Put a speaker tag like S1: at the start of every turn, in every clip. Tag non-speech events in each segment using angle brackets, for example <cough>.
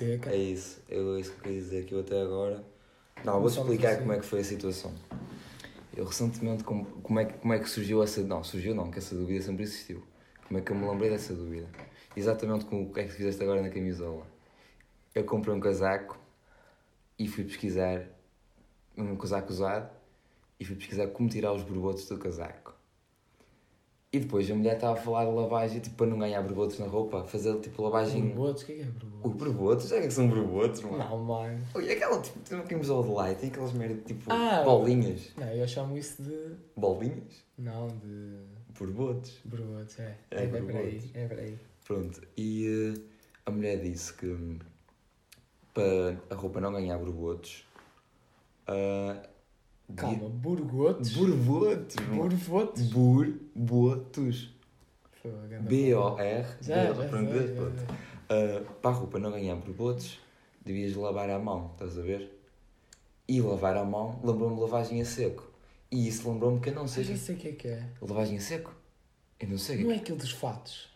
S1: é
S2: É isso. Eu, é isso que eu queria dizer que eu até agora. Não, vou explicar como é que foi a situação. Eu recentemente, como, como, é, que- como é que surgiu essa. Não, surgiu não, que essa dúvida sempre existiu. Como é que eu me lembrei dessa dúvida? Exatamente como o que é que fizeste agora na camisola. Eu comprei um casaco e fui pesquisar um casaco usado e fui pesquisar como tirar os borbotos do casaco. E depois a mulher estava a falar de lavagem, tipo, para não ganhar borbotos na roupa, fazer tipo lavagem.
S1: Borbotos? O que é que é
S2: O
S1: borbotos?
S2: borbotos? Já que são borbotos, mano.
S1: Não, mano.
S2: Oi, aquela tipo, tem uma camisola de light, tem aquelas merda tipo
S1: Ah.
S2: bolinhas.
S1: Não, eu chamo isso de.
S2: Bolinhas?
S1: Não, de.
S2: Borbotos.
S1: Borbotos, é.
S2: É
S1: É, vai por aí.
S2: borbotos.
S1: É por aí.
S2: Pronto, e eh, a mulher disse que hum, para a roupa não ganhar borbotos. ah,
S1: Calma, borgotos?
S2: di- Borbotos! mano.
S1: Borbotos?
S2: Borbotos.
S1: Fogo, anda para lá.
S2: B-O-R.
S1: Já,
S2: B-O-
S1: já,
S2: aprendeu?
S1: sei, já,
S2: Pronto.
S1: já.
S2: Ah, para a roupa não ganhar borbotos, devias lavar a mão, estás a ver? E lavar a mão lembrou-me lavagem a seco. E isso lembrou-me que eu não
S1: Eu já
S2: sei.
S1: sei o que é que é.
S2: Lavagem a seco? Eu não sei. o que
S1: Não
S2: é
S1: é aquilo dos fatos.
S2: que-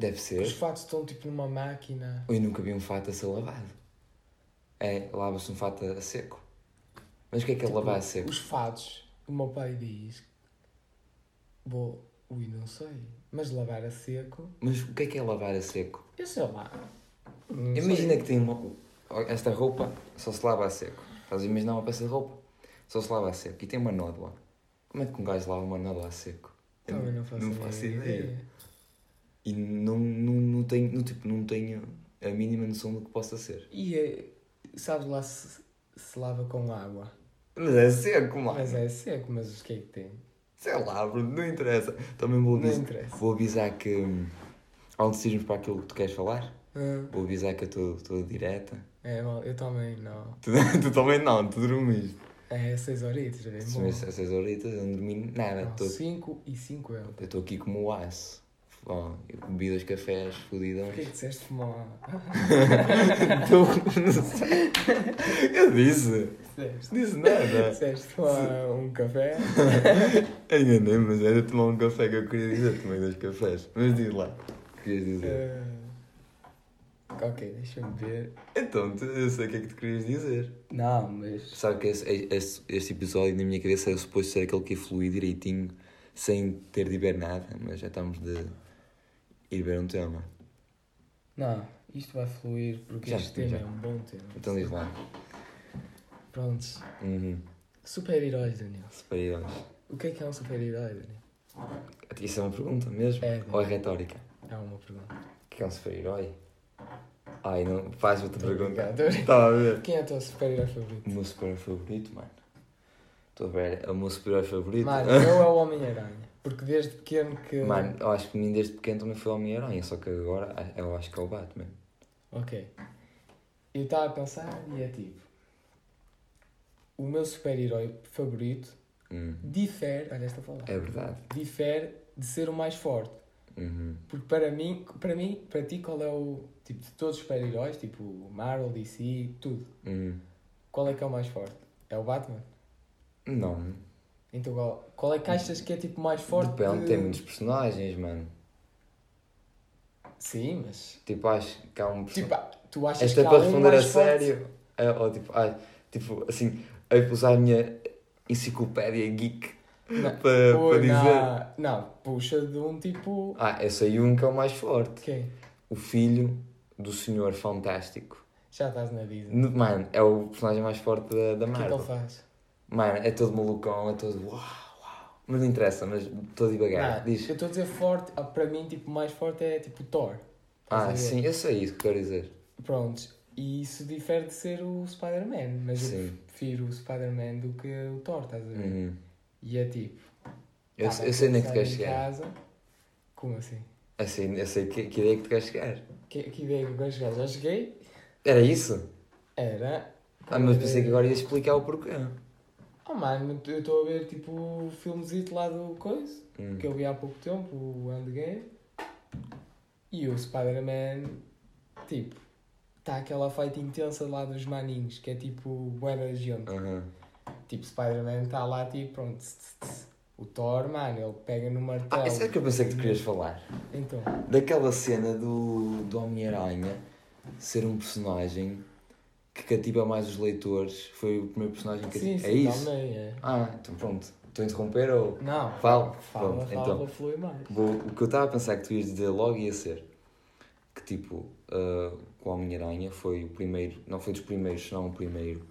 S2: Deve
S1: Os
S2: ser.
S1: fatos estão tipo numa máquina.
S2: Eu nunca vi um fato a ser lavado. É, lava-se um fato a seco. Mas o que é que é lavar a seco?
S1: Os fatos, o meu pai diz. Vou. Ui, não sei. Mas lavar a seco.
S2: Mas o que é que é lavar a seco?
S1: Eu sei lá.
S2: É
S1: Não sei.
S2: Imagina que tem uma. Esta roupa só se lava a seco. Estás a imaginar uma peça de roupa? Só se lava a seco. E tem uma nódoa. Como é que um gajo lava uma nódoa a seco? Eu
S1: Também não faço,
S2: não
S1: a
S2: faço
S1: mínima
S2: ideia. E não, não, não tenho. não, tipo, não tenho a mínima noção do que possa ser.
S1: E eh, sabes lá se, se lava com água.
S2: Mas é seco, mano.
S1: Mas é seco, mas o que é que tem?
S2: Sei lá, Bruno, não interessa. Também vou
S1: Não
S2: avisar,
S1: interessa.
S2: Vou avisar que. hum, Antes de irmos para aquilo que tu queres falar,
S1: Hã?
S2: vou avisar que eu estou- estou direta. <laughs>
S1: É, mal, eu também não.
S2: Tu, tu também não, tu dormiste.
S1: É 6 horitas, é bem
S2: Se
S1: bom.
S2: tivesse essas horitas, eu não dormi nada. Tô-
S1: 5 e 5 euros.
S2: eu estou aqui como o aço. Ó, eu bebi dois cafés
S1: O que é
S2: fodidões.
S1: que disseste fumar?
S2: Tô- não sei. Então, eu disse.
S1: é Disseste.
S2: Disse nada.
S1: Disseste fumar um café?
S2: Enganei, mas era tomar um café que eu queria dizer. Tomei dois cafés. Mas diz lá. o que Querias dizer?
S1: Ah, ok, deixa-me ver.
S2: Então, tu- eu sei o que é que tu querias dizer.
S1: Não, mas.
S2: Sabe que esse- esse- este episódio na minha cabeça era suposto ser aquele que ia fluir direitinho, sem ter de ver nada, mas já estamos de ir ver um tema.
S1: Não, isto vai fluir porque
S2: Já,
S1: este tema
S2: já.
S1: é um bom tema.
S2: Então diz lá.
S1: Prontos.
S2: Uhum.
S1: Super-heróis, Daniel.
S2: Super-heróis.
S1: O que é que é um super-herói, Daniel?
S2: Isso é uma pergunta mesmo?
S1: É.
S2: Ou é retórica?
S1: É uma pergunta.
S2: O que é um super-herói? Ai, não. Faz outra
S1: Tô
S2: pergunta.
S1: brincando, tô brincando.
S2: Estava a ver.
S1: Quem é o teu super-herói favorito?
S2: O meu super-herói favorito, mano. Estou a ver. é O meu super-herói favorito. Ah,
S1: Mano, eu é o Homem-Aranha. Porque desde pequeno que.
S2: Mano, eu acho que mim desde pequeno também foi o Homem-Aranha, só que agora eu acho que é o Batman.
S1: Ok. Eu estava a pensar e é tipo. O meu super-herói favorito
S2: Hum.
S1: difere. Olha esta palavra.
S2: É verdade.
S1: Difere de ser o mais forte.
S2: Uhum.
S1: Porque para mim, para mim, para ti, qual é o. Tipo, de todos os super-heróis, tipo Marvel, DC, tudo.
S2: Uhum.
S1: Qual é que é o mais forte? É o Batman?
S2: Não.
S1: Então qual, qual é que achas que é tipo mais forte?
S2: Depende,
S1: de-
S2: tem muitos personagens, mano.
S1: Sim, mas.
S2: Tipo, acho que há um
S1: Tipo,
S2: personagem.
S1: ah, tu achas
S2: Esta é
S1: que há
S2: para
S1: um
S2: responder
S1: mais
S2: a
S1: forte?
S2: sério. É, ou tipo, ai, tipo, assim, a usar a minha enciclopédia geek
S1: Não.
S2: <laughs> para, para
S1: Pô,
S2: dizer.
S1: na- Não, puxa de um tipo.
S2: Ah, eu sei um que é o mais forte.
S1: Quem?
S2: O filho do Senhor Fantástico.
S1: Já estás na Disney.
S2: No- Mano, é o personagem mais forte da, da
S1: O que é que ele
S2: Marvel.
S1: faz?
S2: Mano, é todo malucão, é todo uau, uau. Mas não interessa, mas estou devagar.
S1: Não,
S2: Diz.
S1: Eu estou a dizer forte, ah, para mim, tipo, mais forte é tipo Thor. Estás a
S2: Ah,
S1: ver?
S2: sim, eu sei isso que quero dizer.
S1: Pronto, e isso difere de ser o Spider-Man, mas eu
S2: Sim.
S1: prefiro o Spider-Man do que o Thor, estás a ver?
S2: Uhum.
S1: E é tipo.
S2: Eu,
S1: pá,
S2: eu sei onde é que tu
S1: sai
S2: queres
S1: em
S2: chegar.
S1: Casa. Como assim?
S2: Eu sei, eu sei que, que ideia é que tu queres chegar.
S1: Que, que ideia que eu quero chegar? Já cheguei?
S2: Era isso?
S1: Era.
S2: Ah, mas pensei que agora ia explicar o porquê.
S1: Oh mano, eu estou a ver tipo o filmezito lá do Coisa.
S2: Hum.
S1: que eu vi há pouco tempo, o Endgame, e o Spider-Man, tipo, está aquela fight intensa lá dos maninhos, que é tipo, bué da gente.
S2: Aham.
S1: Tipo, Spider-Man está lá, tipo, pronto, tss, tss. o Thor, mano, ele pega no martelo.
S2: Ah, isso é que eu pensei que tu querias falar.
S1: Então,
S2: Daquela cena do, do Homem-Aranha ser um personagem que cativa mais os leitores. Foi o primeiro personagem que
S1: Sim,
S2: cativa.
S1: sim,
S2: é isso?
S1: também é.
S2: Ah, então pronto. Estou a interromper ou.
S1: Não,
S2: Fala.
S1: fala,
S2: Pronto,
S1: fala,
S2: então.
S1: flui mais.
S2: Vou- o que eu estava a pensar que tu ias dizer logo ia ser que, tipo, ah, o Homem-Aranha foi o primeiro, não foi dos primeiros, senão o primeiro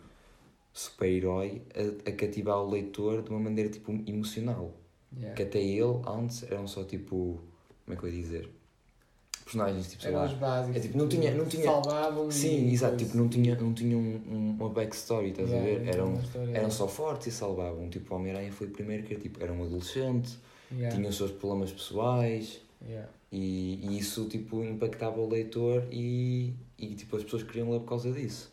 S2: super-herói a, a cativar o leitor de uma maneira, tipo, emocional.
S1: Yeah.
S2: Que é, até ele, antes, eram só, tipo, como é que eu ia dizer? Personagens, tipo, sei
S1: Eram
S2: lá,
S1: os básicos.
S2: É tipo, não tinha- não tinha-
S1: Salvavam
S2: Sim, exato, tipo, não
S1: assim.
S2: tinha, não tinha um- um- uma backstory, estás a ver? Eram, eram só fortes e salvavam. Tipo, o Homem-Aranha foi o primeiro que era tipo, era um adolescente, tipo, tinha os seus problemas pessoais e, e isso tipo, impactava o leitor e, e tipo, as pessoas queriam ler por causa disso.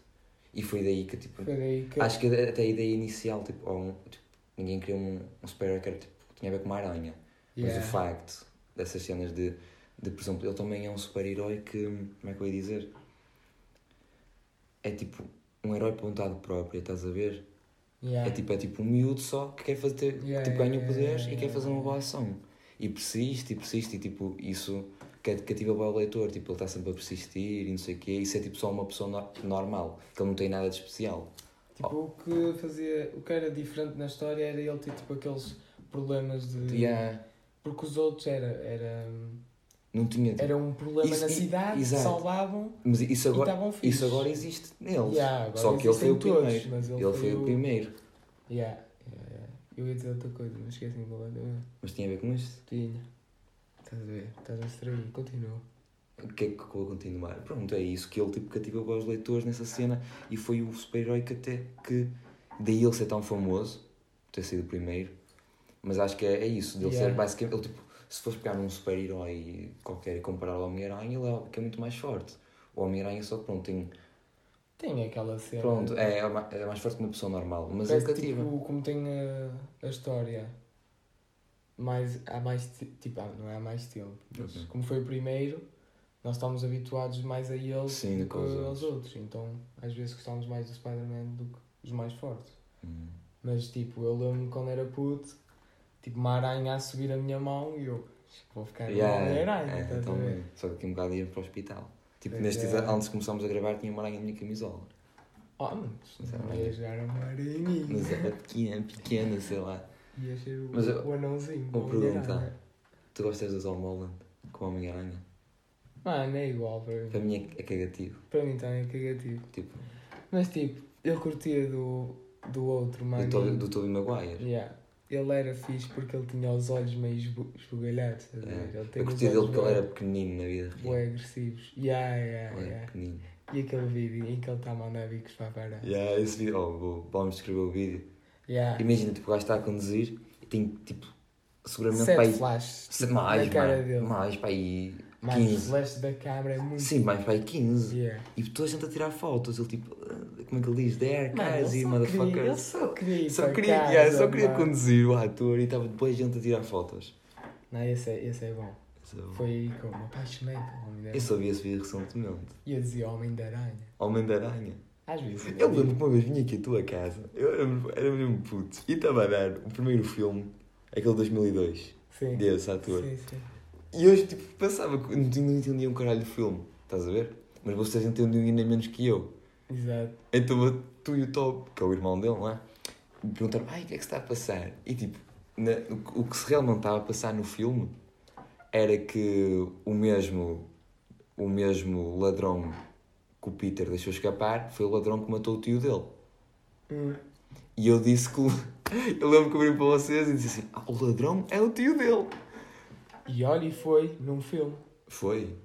S2: E foi daí que tipo.
S1: Peraí, que...
S2: Acho que até a ideia inicial, tipo, ou um- tipo, ninguém queria um, um super-herói que era, tipo, tinha a ver com uma aranha.
S1: yeah.
S2: Mas o facto dessas cenas de, de, por exemplo, ele também é um super-herói que, como é que eu ia dizer? É tipo um herói por vontade própria, estás a ver?
S1: Yeah.
S2: É tipo, é tipo um miúdo só que quer fazer,
S1: Yeah,
S2: tipo,
S1: yeah,
S2: ganha
S1: yeah,
S2: poderes
S1: yeah,
S2: e quer
S1: yeah,
S2: fazer uma
S1: yeah.
S2: boa ação. E persiste e persiste e tipo, isso cat- cativa bem o leitor, tipo, ele está sempre a persistir e não sei o quê, isso é tipo só uma pessoa no- normal, que ele não tem nada de especial.
S1: Tipo,
S2: Oh.
S1: o que fazia, o que era diferente na história era ele ter tipo aqueles problemas de.
S2: Yeah,
S1: Porque os outros era, era,
S2: não tinha. tipo-
S1: era um problema
S2: Isso,
S1: na
S2: i-
S1: cidade,
S2: exato.
S1: salvavam
S2: mas isso
S1: e
S2: agora,
S1: estavam fixos.
S2: isso agora existe neles.
S1: Yeah, agora
S2: só que ele foi o
S1: existem todos,
S2: primeiro.
S1: mas
S2: Ele foi o primeiro.
S1: Yeah, yeah, yeah. Eu ia dizer outra coisa, mas esqueci-me do lado.
S2: Mas tinha a ver com isto.
S1: Tinha. Estás a ver? Estás a distrair. Continua.
S2: O que é que eu vou continuar? Pronto, é isso que ele tipo cativou para os leitores nessa cena e foi o super-herói que até que daí ele ser tão famoso, ter sido o primeiro. Mas acho que é, é isso, dele
S1: Yeah.
S2: ser basicamente. Ele, tipo, se fores pegar um super-herói qualquer e comparar ao Homem-Aranha, ele é, o que é muito mais forte. O Homem-Aranha só pronto, tem.
S1: Tem aquela cena.
S2: Pronto, é, é ma- é mais forte que uma pessoa normal, mas
S1: Parece
S2: ele
S1: que,
S2: É cativa.
S1: tipo, como tem a, a história, mais, há mais, ti- tipo, ah, não é há mais estilo, mas
S2: Ok.
S1: como foi o primeiro, nós estamos habituados mais a ele
S2: Sim,
S1: do
S2: do
S1: que
S2: que aos
S1: aos outros, então às vezes gostamos mais do Spider-Man do que os mais fortes.
S2: Hum.
S1: Mas tipo, eu lembro-me quando era puto, tipo, uma aranha a subir a minha mão e eu vou ficar
S2: Yeah,
S1: uma aranha,
S2: é,
S1: estás a
S2: então,
S1: ver?
S2: Só que aqui um bocado ia para o hospital. Tipo,
S1: Pois
S2: neste
S1: é.
S2: exa- antes de começarmos a gravar, tinha uma aranha na minha camisola.
S1: Oh, mas
S2: Mas é
S1: não
S2: uma
S1: ia
S2: aranha.
S1: jogar uma aranha,
S2: Mas era pequena, pequena, sei lá.
S1: ia ser o,
S2: Mas eu-
S1: o anãozinho.
S2: vou
S1: uma mulher
S2: perguntar.
S1: aranha.
S2: Tu gostas do Tom Holland com Homem-Aranha?
S1: Mano, é igual para mim.
S2: Para mim é, é cagativo.
S1: Para mim também é cagativo.
S2: Tipo,
S1: Mas tipo, eu curtia do, do outro, mano.
S2: do, Toby- do Tobey Maguire.
S1: Yeah. Ele era fixe porque ele tinha os olhos meio esbu- esbugalhados. estás a ver?
S2: É.
S1: Ele tem
S2: Eu
S1: os
S2: curti dele
S1: olhos
S2: porque ele era
S1: bué-
S2: pequenino na vida real.
S1: bué agressivos. Yeah, yeah,
S2: Ele era
S1: yeah.
S2: pequenino.
S1: E aquele vídeo em que ele está a mandar bicos para a parada.
S2: Yeah, esse vídeo, oh, vou- vamos descrever o vídeo.
S1: Yeah.
S2: Imagina, tipo, o gajo está a conduzir e tem, tipo, seguramente para
S1: Sete
S2: aí.
S1: flashes.
S2: se- Mais,
S1: na cara
S2: mais,
S1: dele.
S2: mais para aí.
S1: Mas os
S2: 15.
S1: flashes da câmera é muito.
S2: Sim, mais para aí 15.
S1: Yeah.
S2: E toda a gente a tirar fotos. Ele, tipo, ah, como é que ele diz? There,
S1: Mano,
S2: guys, you
S1: eu só queria- eu
S2: motherfuckers.
S1: só queria. ir
S2: Só
S1: para
S2: queria,
S1: casa,
S2: yeah, só queria
S1: mano.
S2: conduzir o ator e estava depois gente a tirar fotos.
S1: Não, esse é, esse é bom.
S2: So,
S1: Foi aí que eu me apaixonei pelo homem da
S2: Eu
S1: aranha.
S2: só vi esse vídeo recentemente.
S1: E eu dizia Homem da Aranha.
S2: Homem da Aranha.
S1: Às vezes.
S2: Eu lembro que uma vez vim aqui à tua casa, eu era, era mesmo puto, e estava a dar o primeiro filme, aquele de 2002,
S1: Sim.
S2: desse ator.
S1: Sim, sim.
S2: E hoje, tipo, pensava que não, tinha- não entendia um caralho de filme, estás a ver? Mas vocês entendiam ainda menos que eu.
S1: Exato.
S2: Então tu e o Top, que é o irmão dele, não é? Me perguntaram, ai, o que é que se está a passar? E tipo, na- o, que- o que se realmente estava a passar no filme era que o mesmo, o mesmo ladrão que o Peter deixou escapar foi o ladrão que matou o tio dele.
S1: Hum.
S2: E eu disse que. o- <laughs> Eu lembro que eu virei para vocês e disse assim: ah, o ladrão é o tio dele.
S1: E olha, e foi num filme.
S2: Foi.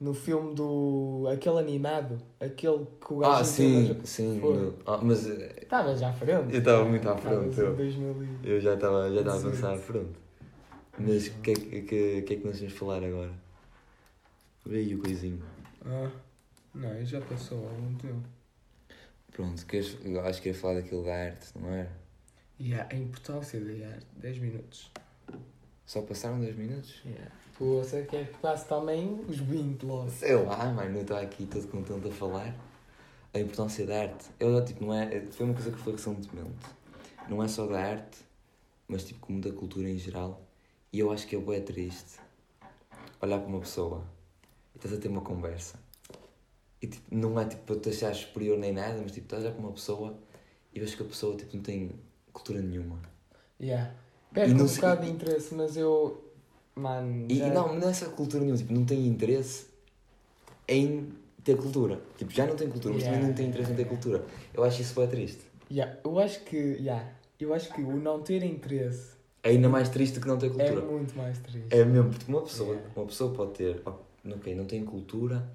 S1: No filme do. aquele animado. Aquele que o gajo.
S2: Ah, sim, sim.
S1: Foi.
S2: no- ah, mas eh,
S1: Estavas à frente.
S2: Eu estava muito à
S1: Estavas
S2: frente, eu.
S1: em 2000 e-
S2: eu já estava já estava a
S1: Sim.
S2: pensar à frente. Mas o que, é que, que, que é que nós vamos falar agora? Vê aí o coisinho.
S1: Ah, não, isso já passou há algum tempo.
S2: Pronto, queres, eu acho que ia falar daquele da arte, não era?
S1: Yeah, a importância de ar 10 minutos.
S2: Só passaram 10 minutos?
S1: Yeah. Poça, que é que passa também os 20 logo.
S2: Sei lá, mano, eu estou aqui todo contente a falar. A importância da arte. Eu, tipo, não é, foi uma coisa que foi recentemente. Não é só da arte, mas tipo como da cultura em geral. E eu acho que é bué triste olhar para uma pessoa e estás a ter uma conversa. E tipo, não é tipo para te achar superior nem nada, mas tipo, estás já com uma pessoa e vês que a pessoa tipo, não tem cultura nenhuma.
S1: Yeah. Perco
S2: não
S1: um
S2: sei-
S1: bocado de interesse, mas eu. Mano.
S2: E,
S1: já-
S2: e não, não é essa cultura nenhuma, tipo, não tem interesse em ter cultura. Tipo, já não tem cultura, mas também não tem interesse em ter cultura. Eu acho isso bem triste.
S1: Yeah, Eu acho que. Yeah. Eu acho que o não ter interesse
S2: É ainda mais triste que não ter
S1: é
S2: cultura.
S1: muito mais triste.
S2: É, mesmo, porque uma pessoa,
S1: Yeah.
S2: uma pessoa pode ter, ok, não tem cultura,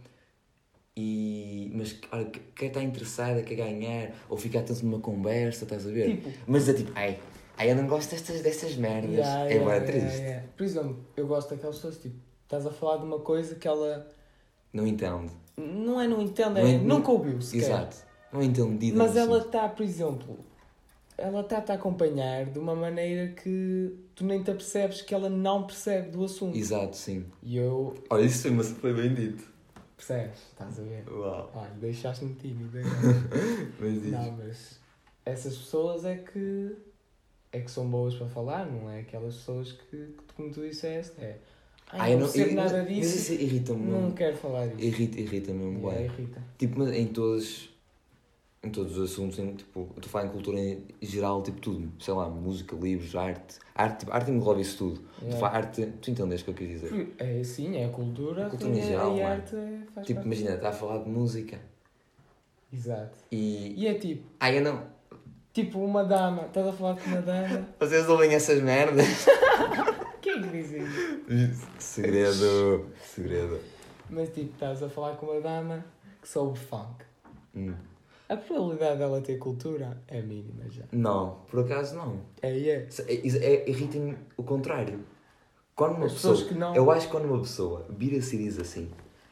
S2: e, mas olha, que- quer estar interessada, quer ganhar, ou ficar atento numa conversa, estás a ver?
S1: Tipo.
S2: Mas é tipo, ai, ai, eu não gosto destas, dessas merdas.
S1: Yeah,
S2: é
S1: yeah,
S2: bem
S1: yeah,
S2: triste.
S1: yeah. Por exemplo, eu gosto daquelas pessoas, tipo, estás a falar de uma coisa que ela
S2: Não entende.
S1: não é, não entende,
S2: Não
S1: é,
S2: en-
S1: nunca ouviu sequer.
S2: Exato. Não entendida.
S1: Mas
S2: no
S1: ela
S2: sentido.
S1: está, por exemplo, ela está-te a acompanhar de uma maneira que tu nem te apercebes que ela não percebe do assunto.
S2: Exato, sim.
S1: E eu,
S2: Olha, isso foi, mas foi bem dito.
S1: percebes, estás a ver?
S2: Uau.
S1: Olha, deixaste-me tímido agora.
S2: Mas <laughs> diz.
S1: não, mas essas pessoas é que é que são boas para falar, não é aquelas pessoas que, que como tu disseste, é
S2: Ai,
S1: ai, não percebo nada
S2: mas
S1: disso,
S2: isso irrita-me
S1: não
S2: mesmo.
S1: quero falar disso.
S2: Irrita- Irrita-me mesmo,
S1: Yeah,
S2: bué.
S1: irrita.
S2: Tipo, mas em todos. Em todos os assuntos, em, tipo, eu estou a falar em cultura em geral, tipo tudo, sei lá, música, livros, arte, arte, tipo, arte engloba isso tudo. Estou a falar arte, tu entendes o que eu quis dizer?
S1: Por- É, sim, é a cultura,
S2: A cultura em
S1: e a-
S2: geral,
S1: e
S2: não
S1: a
S2: é?
S1: arte faz
S2: Tipo,
S1: parte.
S2: imagina, está a falar de música
S1: Exato.
S2: e.
S1: E é tipo,
S2: Ai, eu não,
S1: tipo uma dama, estás a falar com uma
S2: <laughs>
S1: dama,
S2: Vocês ouvem essas merdas?
S1: quem é que diz isso?
S2: <laughs> Segredo, segredo.
S1: Mas tipo, estás a falar com uma dama que soube funk.
S2: Hum.
S1: A probabilidade dela ter cultura é mínima já.
S2: Não, por acaso não.
S1: É, é.
S2: Isso- é- isso É, Irrita-me o contrário. Quando uma
S1: As
S2: pessoa.
S1: pessoas que não-
S2: Eu acho que quando uma pessoa vira-se e diz assim: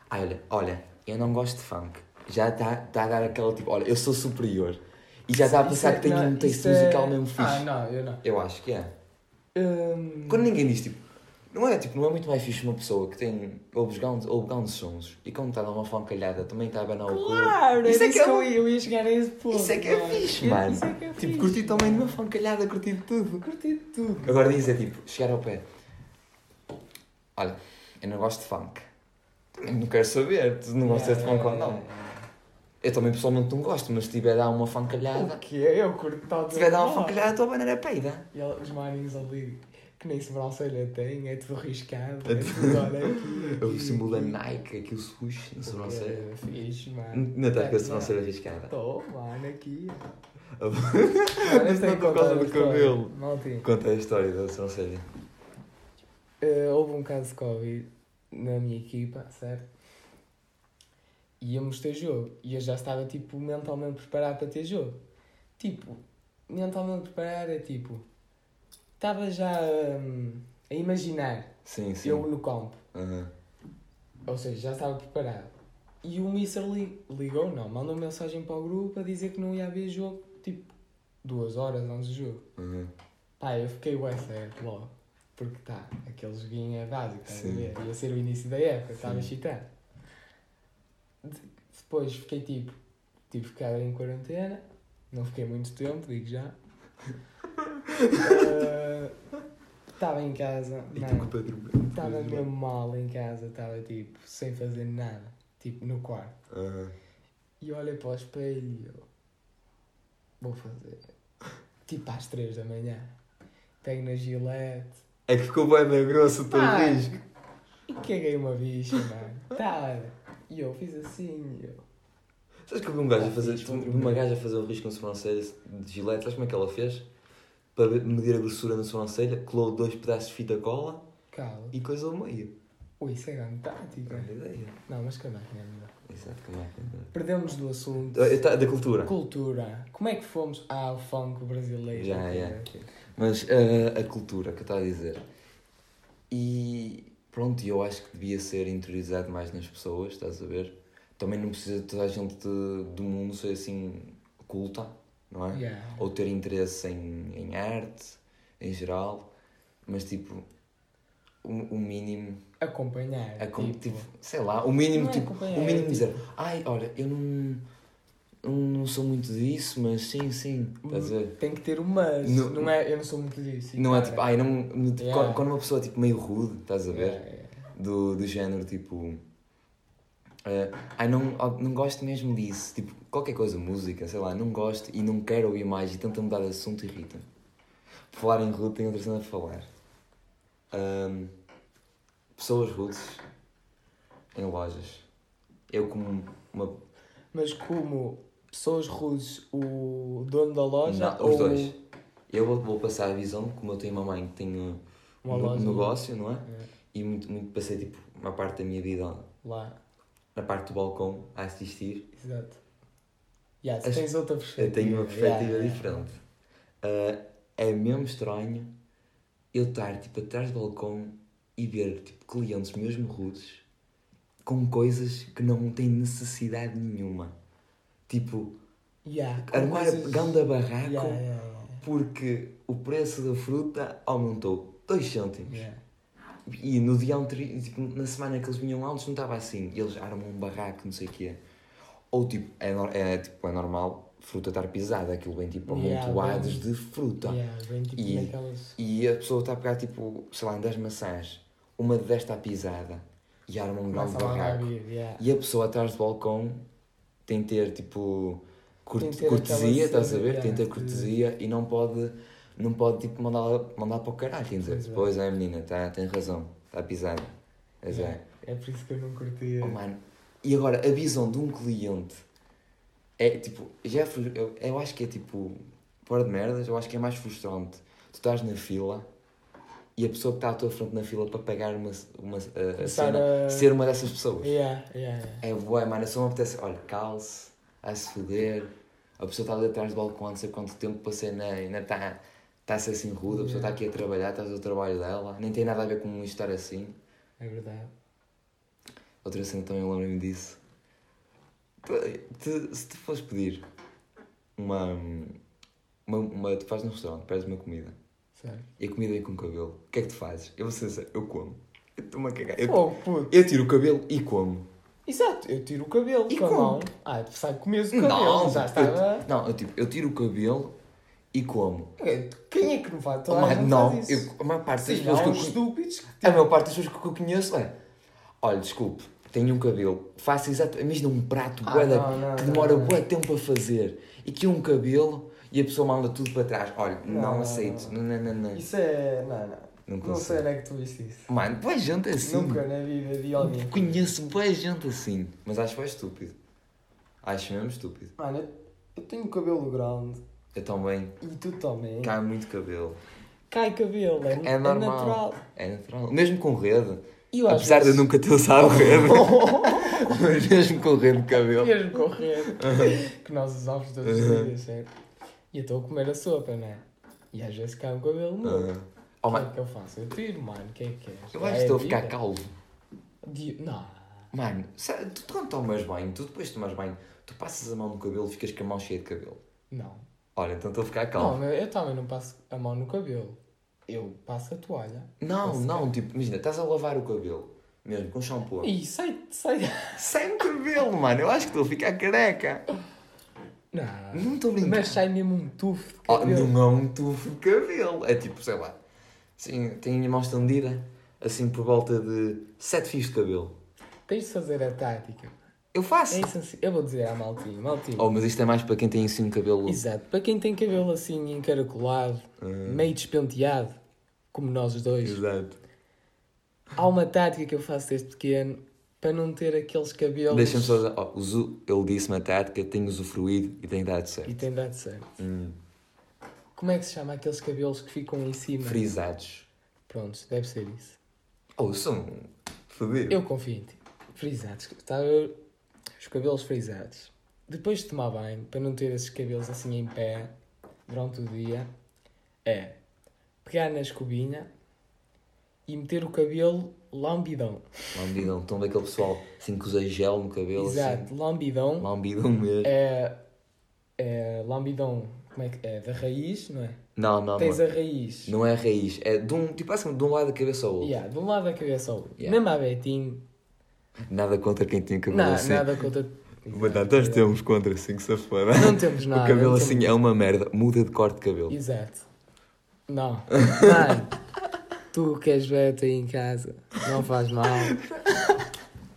S2: "Ai, olha, olha, eu não gosto de funk. Já está tá a dar aquela tipo: olha, eu sou superior. E já está a
S1: Isso é-
S2: pensar que tem
S1: não,
S2: um texto
S1: isso é-
S2: musical mesmo fixe.
S1: Ah, não, eu não.
S2: Eu acho que é.
S1: Hum,
S2: Quando ninguém diz tipo. Não é, tipo, não é muito mais fixe uma pessoa que tem ouve grandes, ouve grandes sons e quando está numa fancalhada também tá está a banar o cu.
S1: Claro,
S2: Isso
S1: isso
S2: é
S1: é
S2: que é
S1: eu, ia, eu ia chegar a esse ponto.
S2: Isso é que é
S1: mano.
S2: fixe, mano.
S1: Isso é que é
S2: tipo,
S1: fixe.
S2: curti também de uma fancalhada, curti de tudo.
S1: Curti de tudo.
S2: Agora diz é tipo, chegar ao pé. Olha, eu não gosto de funk. Também não quero saber, tu não gostas de funk ou
S1: É,
S2: não. Eu também pessoalmente não gosto, mas se tiver a dar uma
S1: O
S2: fancalhada.
S1: que é? Eu curto tal
S2: Se tiver a dar uma fancalhada, a tua banana é peida.
S1: E ela- os maninhos ali, que nem sobrancelha têm, é tudo riscado, é tudo olha
S2: <laughs>
S1: aqui.
S2: É O
S1: aqui,
S2: símbolo da
S1: aqui.
S2: Nike, aquele swoosh
S1: O
S2: na
S1: que
S2: sobrancelha.
S1: É fixe, mano.
S2: Não estás com a
S1: Não.
S2: sobrancelha arriscada.
S1: Estou, mano, aqui.
S2: <laughs> Mas não por causa do cabelo.
S1: Não tinha.
S2: Conta a história da sobrancelha.
S1: Eh, houve um caso de Covid na minha equipa, certo? Íamos ter jogo. E eu já estava, tipo, mentalmente preparado para ter jogo. Tipo, mentalmente preparado é tipo... Estava já hum, a imaginar
S2: Sim, sim.
S1: eu no campo.
S2: Aham.
S1: Ou seja, já estava preparado. E o Mister li- ligou, não, mandou mensagem para o grupo a dizer que não ia haver jogo, tipo, duas horas antes do jogo.
S2: aham.
S1: Pá, eu fiquei bué sério logo. Porque tá, aquele joguinho é básico, estás a
S2: Sim.
S1: ver? Ia ser o início da época, estava
S2: Sim.
S1: excitado. De- Depois fiquei tipo, tive que ficar em quarentena, não fiquei muito tempo, digo
S2: <laughs>
S1: já. Estava em casa, mano.
S2: completamente.
S1: Estava mesmo mal em casa, estava tipo, sem fazer nada, tipo, no quarto.
S2: Aham.
S1: E olhei para o espelho e eu, vou fazer, <laughs> tipo, às três da manhã. Pego na gilete
S2: É que ficou bem na grossa o teu
S1: Ah.
S2: risco.
S1: e caguei uma bicha, mano. Tá, e eu fiz assim, e eu,
S2: Sabes que eu vi um gajo a fazer,
S1: Ah, fiz,
S2: de uma gaja a fazer um risco no sobrancelha de gilete, sabes como é que ela fez? Para ver- medir a grossura na sobrancelha, colou dois pedaços de fita cola
S1: cala.
S2: e coisa ao meio.
S1: Ui, isso é grande tática.
S2: Grande ideia.
S1: Não, mas calma, que não é melhor.
S2: Exato, como é que
S1: Perdemos do assunto.
S2: é? Eu tá- Da cultura.
S1: Cultura. Como é que fomos ao funk brasileiro?
S2: Já, é, Mas ah, a cultura que eu estava a dizer. E pronto, eu acho que devia ser interiorizado mais nas pessoas, estás a ver? Também não precisa toda a gente do mundo ser assim culta, não é?
S1: Yeah.
S2: Ou ter interesse em, em arte, em geral, mas tipo, o, o mínimo.
S1: Acompanhar.
S2: É como,
S1: tipo,
S2: tipo, sei lá, o mínimo,
S1: Não é
S2: tipo,
S1: acompanhar,
S2: o mínimo
S1: é
S2: dizer, ai, olha, eu não, eu não sou muito disso, mas sim, sim, estás a ver?
S1: Tem que ter um mas.
S2: Não-
S1: não é, eu não sou muito disso. e
S2: Não é
S1: cara,
S2: tipo, ai, não, no- tipo,
S1: Yeah.
S2: quando uma pessoa é tipo meio rude, estás a ver?
S1: é, é.
S2: Do, do género tipo, eh, ai, não, ah, não gosto mesmo disso. Tipo, qualquer coisa, música, sei lá, não gosto e não quero ouvir mais e tenta mudar de assunto e irrita. Por falar em rude, tenho outra cena a falar. Ahm, pessoas rudes em lojas. Eu, como uma.
S1: Mas como pessoas rudes, o dono da loja
S2: Não,
S1: ou
S2: os dois. Eu vou- vou passar a visão, como eu tenho uma mãe que tem uh,
S1: uma
S2: um
S1: loja
S2: negócio, não é?
S1: É,
S2: E muito, muito passei, tipo, uma parte da minha vida
S1: lá.
S2: na parte do balcão a assistir.
S1: Exato. Yeah, tu
S2: As-
S1: tens outra
S2: Eu
S1: perspectiva.
S2: tenho uma perspectiva
S1: Yeah, yeah.
S2: diferente. Ah, é mesmo estranho eu estar tipo atrás do balcão e ver tipo, clientes mesmo rudes com coisas que não têm necessidade nenhuma. Tipo,
S1: Yeah, com
S2: armar
S1: coisas-
S2: ganda barraco
S1: Yeah, yeah, yeah,
S2: porque o preço da fruta aumentou 2 cêntimos.
S1: yeah.
S2: E no dia anterior, tipo, na semana que eles vinham lá, antes não estava assim. E Eles armam um barraco, não sei o quê. Ou tipo, é, nor- é, tipo, é normal fruta estar pisada, aquilo vem tipo
S1: Yeah,
S2: amontoados
S1: bem-
S2: de fruta.
S1: Yeah, bem tipo
S2: Tá. E-
S1: naquelas.
S2: E a pessoa está a pegar tipo, sei lá, em 10 maçãs, uma de 10 está pisada e arma um grande
S1: Começa lá a
S2: barraco.
S1: abrir, yeah.
S2: E a pessoa atrás do balcão tem de ter tipo cur-
S1: Tem de ter
S2: cortesia,
S1: aquela
S2: estás a
S1: cena,
S2: ver? tem de
S1: yeah,
S2: ter cortesia e não pode, não pode tipo, mandar, mandar para o caralho. Tem de dizer,
S1: Pois é.
S2: pois é, menina, tá, tem razão, está pisada. Pois é.
S1: Yeah. É por isso que eu não curti.
S2: Oh, mano. E agora, a visão de um cliente é tipo. Já é fru- eu, eu acho que é tipo. Fora de merdas, eu acho que é mais frustrante. Tu estás na fila e a pessoa que está à tua frente na fila para pagar uma, uma a- a,
S1: Começar
S2: cena,
S1: a-
S2: ser uma dessas pessoas.
S1: Yeah, yeah, yeah.
S2: É bué, mano. Eu só me apetece. Olha, calce, a se foder. A pessoa está ali atrás do balcão há não sei quanto tempo passei na. Ainda está. Está a ser assim rude, a pessoa está
S1: Yeah.
S2: aqui a trabalhar, está a fazer o trabalho dela, nem tem nada a ver com estar assim.
S1: É verdade.
S2: Outra cena também lembro-me disso. Tu- tu- se tu fores pedir uma, uma, uma- Tu fazes num restaurante, pedes uma comida
S1: Sério.
S2: e a comida vem com cabelo, o que é que tu fazes? Eu vou ser sincero, eu como. Eu estou-me a cagar. Eu,
S1: Oh, puto.
S2: eu tiro o cabelo e como.
S1: Exato, eu tiro o cabelo
S2: E
S1: com a
S2: como?
S1: mão. Ah, tu sabe comes o cabelo,
S2: não,
S1: já
S2: eu,
S1: estava.
S2: não eu, tipo, eu tiro o cabelo e como.
S1: Quem é que não faz? Toda a
S2: Mas
S1: gente
S2: Oh, não,
S1: faz isso.
S2: eu, a maior parte das
S1: Sim, há uns
S2: pessoas que eu,
S1: estúpidos que
S2: a maior parte das pessoas que eu conheço é. Olha, desculpe, tenho um cabelo. Faço exato. Imagina um prato
S1: Ah,
S2: bué da-
S1: não, não,
S2: que
S1: não,
S2: demora
S1: não.
S2: bué tempo a fazer. E que um cabelo e a pessoa manda tudo para trás. Olha, não,
S1: Não, não,
S2: aceito. Não, não, não, não.
S1: Isso é. Não, não.
S2: Não
S1: Não sei
S2: consigo.
S1: onde é que tu viste isso.
S2: Mano, boa gente assim.
S1: Nunca na vida de alguém.
S2: Conheço boa gente assim. Mas acho que é estúpido. Acho mesmo estúpido.
S1: Mano, eu- eu tenho cabelo grande
S2: Eu também.
S1: e tu também.
S2: Cai muito cabelo.
S1: Cai cabelo, é,
S2: É
S1: é
S2: normal.
S1: natural.
S2: É natural. Mesmo com rede.
S1: E eu às
S2: Apesar de eu
S1: vezes-
S2: nunca ter
S1: <laughs>
S2: usado rede. <laughs> mas mesmo com rede de cabelo.
S1: Mesmo correr. que nós usávamos todos os dias, certo? E eu estou a comer a sopa, não é? E às vezes cai um cabelo novo.
S2: Aham. Oh,
S1: O que
S2: mano,
S1: é que eu faço? Eu tiro, mano. O que é que queres?
S2: eu
S1: Já
S2: acho
S1: é
S2: que estou a ficar
S1: vida.
S2: calvo.
S1: Di- Não.
S2: Mano, sabe, tu quando tomas banho, tu depois de tomas banho, tu passas a mão no cabelo e ficas com a mão cheia de cabelo.
S1: Não.
S2: Olha, então estou a ficar calmo.
S1: Não, eu eu também não passo a mão no cabelo. Eu passo a toalha.
S2: Não,
S1: Posso-
S2: não, tipo, imagina, estás a lavar o cabelo, mesmo, com shampoo.
S1: E sai, sai.
S2: Sem cabelo, mano, eu acho que estou a ficar careca.
S1: Não.
S2: Não estou a brincar.
S1: Mas sai mesmo um tufo de
S2: Oh,
S1: cabelo.
S2: não é um tufo de cabelo. É tipo, sei lá, assim, tenho a mão estendida, assim, por volta de sete fios de cabelo.
S1: Tens de fazer a tática.
S2: Eu faço.
S1: É essencial. Eu vou dizer à Maltinho, Maltinho.
S2: Oh, mas isto é mais para quem tem assim um cabelo...
S1: Exato. Para quem tem cabelo assim encaracolado,
S2: Ah.
S1: meio despenteado, como nós dois,
S2: Exato.
S1: há uma tática que eu faço desde pequeno para não ter aqueles cabelos.
S2: Deixa-me só dizer, oh, usu- ele disse-me a tática, tenho usufruído e tem dado certo.
S1: E tem dado certo.
S2: Hum.
S1: Como é que se chama aqueles cabelos que ficam em cima?
S2: Frisados.
S1: Prontos, deve ser isso.
S2: Oh, são fodido.
S1: Eu confio em ti. Frisados. Tá, eu- Os cabelos frisados. Depois de tomar banho, para não ter esses cabelos assim em pé durante o dia, é pegar na escobinha e meter o cabelo lambidão.
S2: Lambidão. Estão daquele pessoal assim que usa gel no cabelo.
S1: Exato,
S2: Assim.
S1: lambidão.
S2: Lambidão mesmo.
S1: É, é lambidão, como é que é? Da raiz, não é?
S2: Não, não,
S1: Tens
S2: mano.
S1: a raiz.
S2: Não é raiz. É de um, tipo assim, de um lado da cabeça ao outro.
S1: Yeah, de um lado da cabeça ao outro.
S2: Yeah.
S1: Mesmo a Betinho.
S2: Nada contra quem tem cabelo
S1: Não,
S2: assim.
S1: nada contra.
S2: Mas tá, não, nós temos contra assim que se foda.
S1: Não temos nada.
S2: <laughs> o cabelo
S1: não
S2: assim é uma merda. Muda de corte de cabelo.
S1: Exato. Não.
S2: <laughs>
S1: Mano, tu que és beta aí em casa, não faz mal.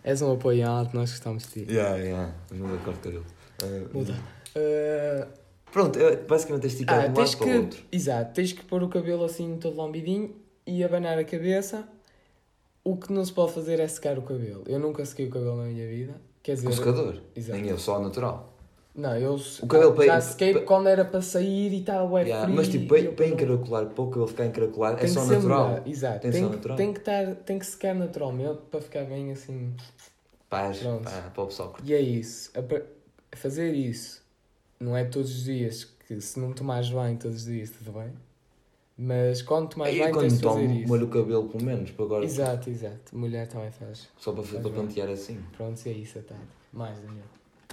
S1: És um apoiante, nós gostamos de ti.
S2: Yeah, yeah. Muda a cor de cabelo. Ah,
S1: Muda. Ah,
S2: Pronto, eu, basicamente tens de esticar
S1: ah,
S2: de um
S1: tens
S2: lado para o
S1: que.
S2: outro.
S1: Exato, tens que pôr o cabelo assim todo lambidinho e abanar a cabeça. O que não se pode fazer é secar o cabelo. Eu nunca sequei o cabelo na minha vida. Quer dizer.
S2: Com secador.
S1: Exato.
S2: Nem eu, só ao natural.
S1: Não, eu
S2: O cabelo para-
S1: já sequei
S2: para-
S1: quando era para sair e estava bué
S2: Yeah,
S1: É frio
S2: Mas tipo,
S1: e
S2: para,
S1: eu
S2: para
S1: não-
S2: encaracolar, para o cabelo ficar encaracolado, é
S1: Tem
S2: só
S1: que ser
S2: natural.
S1: mudado, Exato,
S2: Tem
S1: tem,
S2: só
S1: que-
S2: natural.
S1: Tem, que estar, tem que secar naturalmente para ficar bem assim.
S2: Paz,
S1: Pronto.
S2: pá, para o pessoal curtir.
S1: E é isso. A par- a fazer isso não é todos os dias, que se não tomares bem todos os dias, tudo bem. Mas quando tomares
S2: E
S1: bem, tens
S2: quando
S1: de fazer
S2: tomo,
S1: isso.
S2: molho o cabelo pelo menos, para agora.
S1: Exato, exato. Mulher também faz.
S2: Só para, para
S1: Faz bem.
S2: plantear assim.
S1: Pronto, é isso a tarde. Mais, Daniel.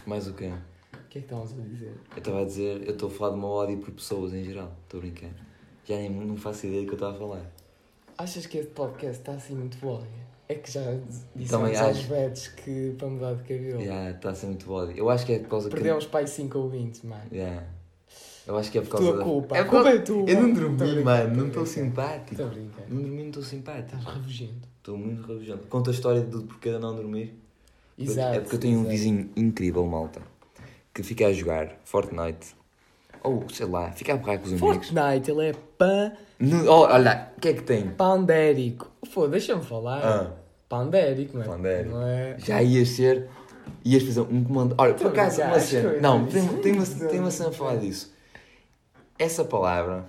S2: Mais o quê?
S1: O que é que estávamos a dizer?
S2: Eu estava a dizer, eu estou a falar de uma ódio por pessoas em geral. Estou brincando. Já nem não faço ideia do que eu estava a falar.
S1: Achas que este podcast está assim muito bom? É que já
S2: Também
S1: dissemos aos
S2: acho.
S1: betos que para mudar de cabelo.
S2: Já, Está a ser muito ódio. Eu acho que é por causa
S1: Perdemos pai 5 ouvintes, mano.
S2: que. Yeah. Eu acho que é por causa
S1: Tua culpa.
S2: É
S1: a
S2: por
S1: culpa
S2: causa-
S1: é tua.
S2: Eu não
S1: Tô
S2: dormi,
S1: brincando,
S2: mano.
S1: tô
S2: Não estou
S1: brincando.
S2: simpático.
S1: Tô brincando.
S2: Não dormi, não estou simpático.
S1: Estás rabugento.
S2: Estou muito rabugento. Conta a história do porquê de eu não dormir.
S1: Exato.
S2: É porque eu tenho um
S1: exato.
S2: vizinho incrível, malta, que fica a jogar Fortnite. Ou, sei lá, fica a borrar com os amigos.
S1: Fortnite, ele é pan,
S2: No- oh, olha, o que é que tem?
S1: pandérico. Pô, deixa-me falar.
S2: Ah.
S1: Pandérico, não é?
S2: Pandérico.
S1: Não é?
S2: Já ias ser. Ias fazer um comando. Olha, por
S1: Tô
S2: acaso,
S1: brincando, Então,
S2: uma
S1: acho que
S2: cena.
S1: eu
S2: Não,
S1: ia
S2: tem,
S1: dizer
S2: tem, uma,
S1: isso.
S2: tem uma cena a falar disso. Essa palavra.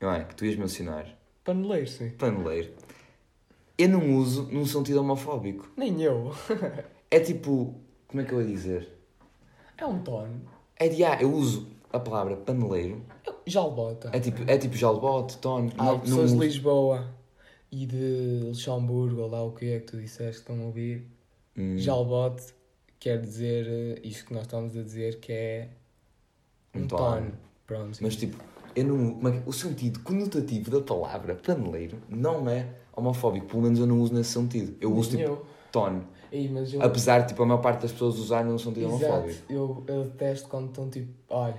S2: Não é? Que tu ias mencionar.
S1: Paneleiro, sim.
S2: Paneleiro. Eu não uso num sentido homofóbico.
S1: Nem eu. <laughs>
S2: É tipo. Como é que eu ia dizer?
S1: É um tono.
S2: É de. Ah, eu uso a palavra paneleiro.
S1: um Jalbota.
S2: É tipo, é tipo jalbote, tono.
S1: Há pessoas de Lisboa e de Luxemburgo, ou lá o que é que tu disseste, estão a ouvir.
S2: Hum.
S1: Jalbote quer dizer eh, isto que nós estamos a dizer, que é
S2: Um
S1: um,
S2: tono.
S1: tono. Pronto.
S2: Mas tipo, eu não, como é que- o sentido conotativo da palavra paneleiro não é homofóbico. Pelo menos eu não uso nesse sentido. Eu uso
S1: Nem
S2: tipo
S1: eu.
S2: tono.
S1: Ei, mas eu...
S2: Apesar de tipo, a maior parte das pessoas usarem num sentido
S1: Exato,
S2: homofóbico.
S1: eu, eu detesto quando estão tipo, olha,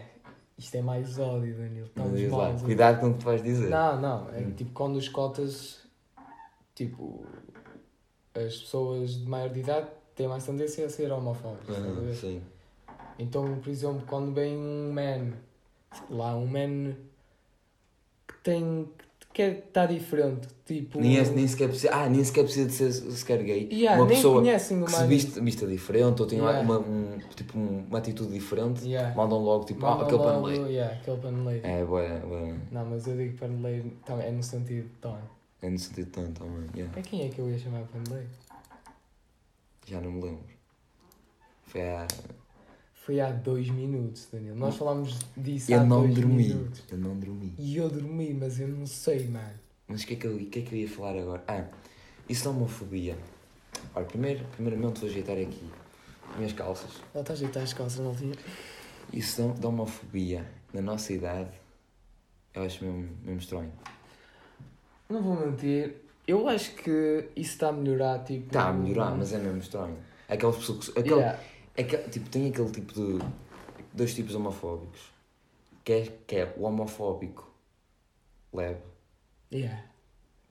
S1: isto é mais ódio, Danilo,
S2: Não
S1: estamos
S2: diz lá. Hum.
S1: mal.
S2: Cuidado com o que tu vais dizer.
S1: Não, não, é tipo quando os cotas, tipo, as pessoas de maior de idade têm mais tendência a ser homofóbicas. estás a
S2: Uhum,
S1: ver?
S2: sim.
S1: Então, por exemplo, quando vem um man, sei lá, um man que tem, que está diferente, tipo...
S2: Nem, é- nem sequer precisa, ah, nem sequer precisa de ser sequer gay.
S1: Yeah,
S2: uma
S1: nem
S2: pessoa
S1: conhecem o
S2: que se
S1: man.
S2: viste, vista diferente ou tem
S1: Yeah.
S2: uma, um- tipo, uma atitude diferente,
S1: Yeah.
S2: mandam logo tipo, ah,
S1: Mandam
S2: aquele
S1: logo,
S2: paneleiro.
S1: yeah, aquele paneleiro.
S2: É, boa, boa.
S1: Não, mas eu digo paneleiro, também é no sentido de tom.
S2: É no sentido tanto, também. Yeah.
S1: A quem é que eu ia chamar paneleiro?
S2: Já não me lembro. Foi há.
S1: Foi há dois minutos, Danilo. Nós falámos disso há
S2: Eu não
S1: dois
S2: dormi.
S1: minutos.
S2: Eu não dormi.
S1: E eu dormi, mas eu não sei, mano.
S2: Mas o que, é que eu, o que é que eu ia falar agora? Ah, isso da homofobia. Ora, primeiro, primeiramente vou ajeitar aqui as minhas calças.
S1: Ela está a ajeitar as calças, não tinha.
S2: Isso um, da, da homofobia na nossa idade, eu acho mesmo, mesmo estranho.
S1: Não vou mentir. Eu acho que isso está a melhorar, tipo.
S2: Está a melhorar, mas é mesmo estranho. Aquelas pessoas que. Aquele,
S1: Yeah.
S2: aquele- tipo, tem aquele tipo de. Dois tipos homofóbicos. Que é, que é o homofóbico leve,
S1: Yeah.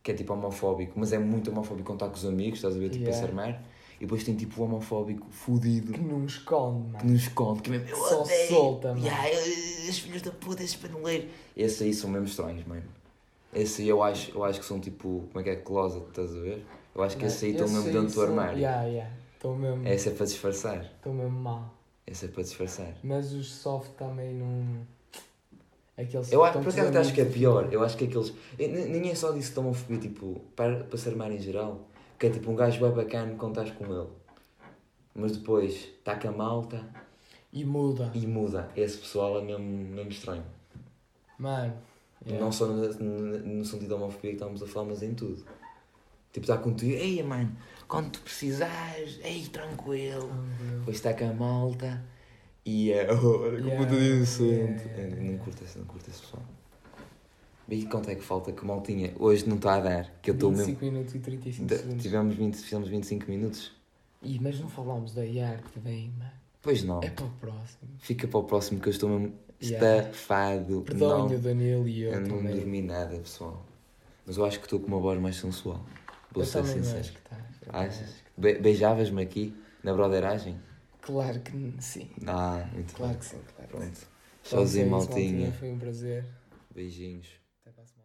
S2: que é tipo homofóbico, mas é muito homofóbico quando está com os amigos, estás a ver? Tipo,
S1: Yeah.
S2: a se armar. E depois tem tipo o homofóbico fudido.
S1: Que não esconde,
S2: que
S1: mano.
S2: nos esconde, que é mesmo eu
S1: Só
S2: odeio.
S1: solta, mano.
S2: Yeah, eu- os filhos da puta, esses paneleiros. Esses aí são mesmo estranhos, mano. Esse aí eu acho, eu acho que são tipo, como é que é, closet, estás a ver? Eu acho que esses aí estão
S1: Esses
S2: mesmo dentro do
S1: são-
S2: armário.
S1: Yeah, yeah. Estão mesmo,
S2: Esse é para disfarçar.
S1: estão mesmo mal.
S2: Esse é para disfarçar.
S1: Mas os soft também não. Aqueles
S2: Eu acho,
S1: estão
S2: por
S1: Então, tudo
S2: acaso acho que é
S1: muito-
S2: pior. Eu acho que aqueles. e nem- Nem é só disso de homofobia, tipo, para, para se armar em geral. Que é tipo um gajo bem bacana quando estás com ele. Mas depois está com a malta
S1: E muda.
S2: e muda. Esse pessoal é mesmo, mesmo estranho.
S1: Mano. yeah.
S2: Não só no, no, no sentido da homofobia que estávamos a falar, mas em tudo. Tipo, está contigo, ei mano, quando tu precisares, ei,
S1: Oh,
S2: tranquilo. Depois está com a malta e é, oh, <laughs> olha como
S1: Yeah,
S2: tudo inocente.
S1: yeah, yeah,
S2: Eu Não curto esse, não curto esse pessoal. E quanto é que falta que maltinha? Hoje não está a dar, que eu estou
S1: 25
S2: mesmo.
S1: minutos e 35
S2: Da-
S1: segundos.
S2: Tivemos 20, fizemos 25 minutos?
S1: Ih, mas não falámos da IAR que vem, mano.
S2: Pois não.
S1: É para o próximo.
S2: Fica para o próximo que eu estou mesmo
S1: Yeah.
S2: estafado.
S1: Perdoem o
S2: não,
S1: Danilo e eu,
S2: eu não
S1: também.
S2: dormi nada, pessoal. Mas eu acho que estou com uma voz mais sensual. Vou
S1: eu
S2: ser
S1: também
S2: sincero. Ah, é?
S1: acho que tá. estás.
S2: Achas? Be- Beijavas-me aqui, na broderagem?
S1: Claro que n- sim.
S2: Ah, muito
S1: Claro
S2: bem.
S1: que sim, claro. que sim.
S2: Pronto.
S1: Pronto, é isso,
S2: Sozinho, maltinha.
S1: Foi um prazer.
S2: Beijinhos.
S1: Até para a semana.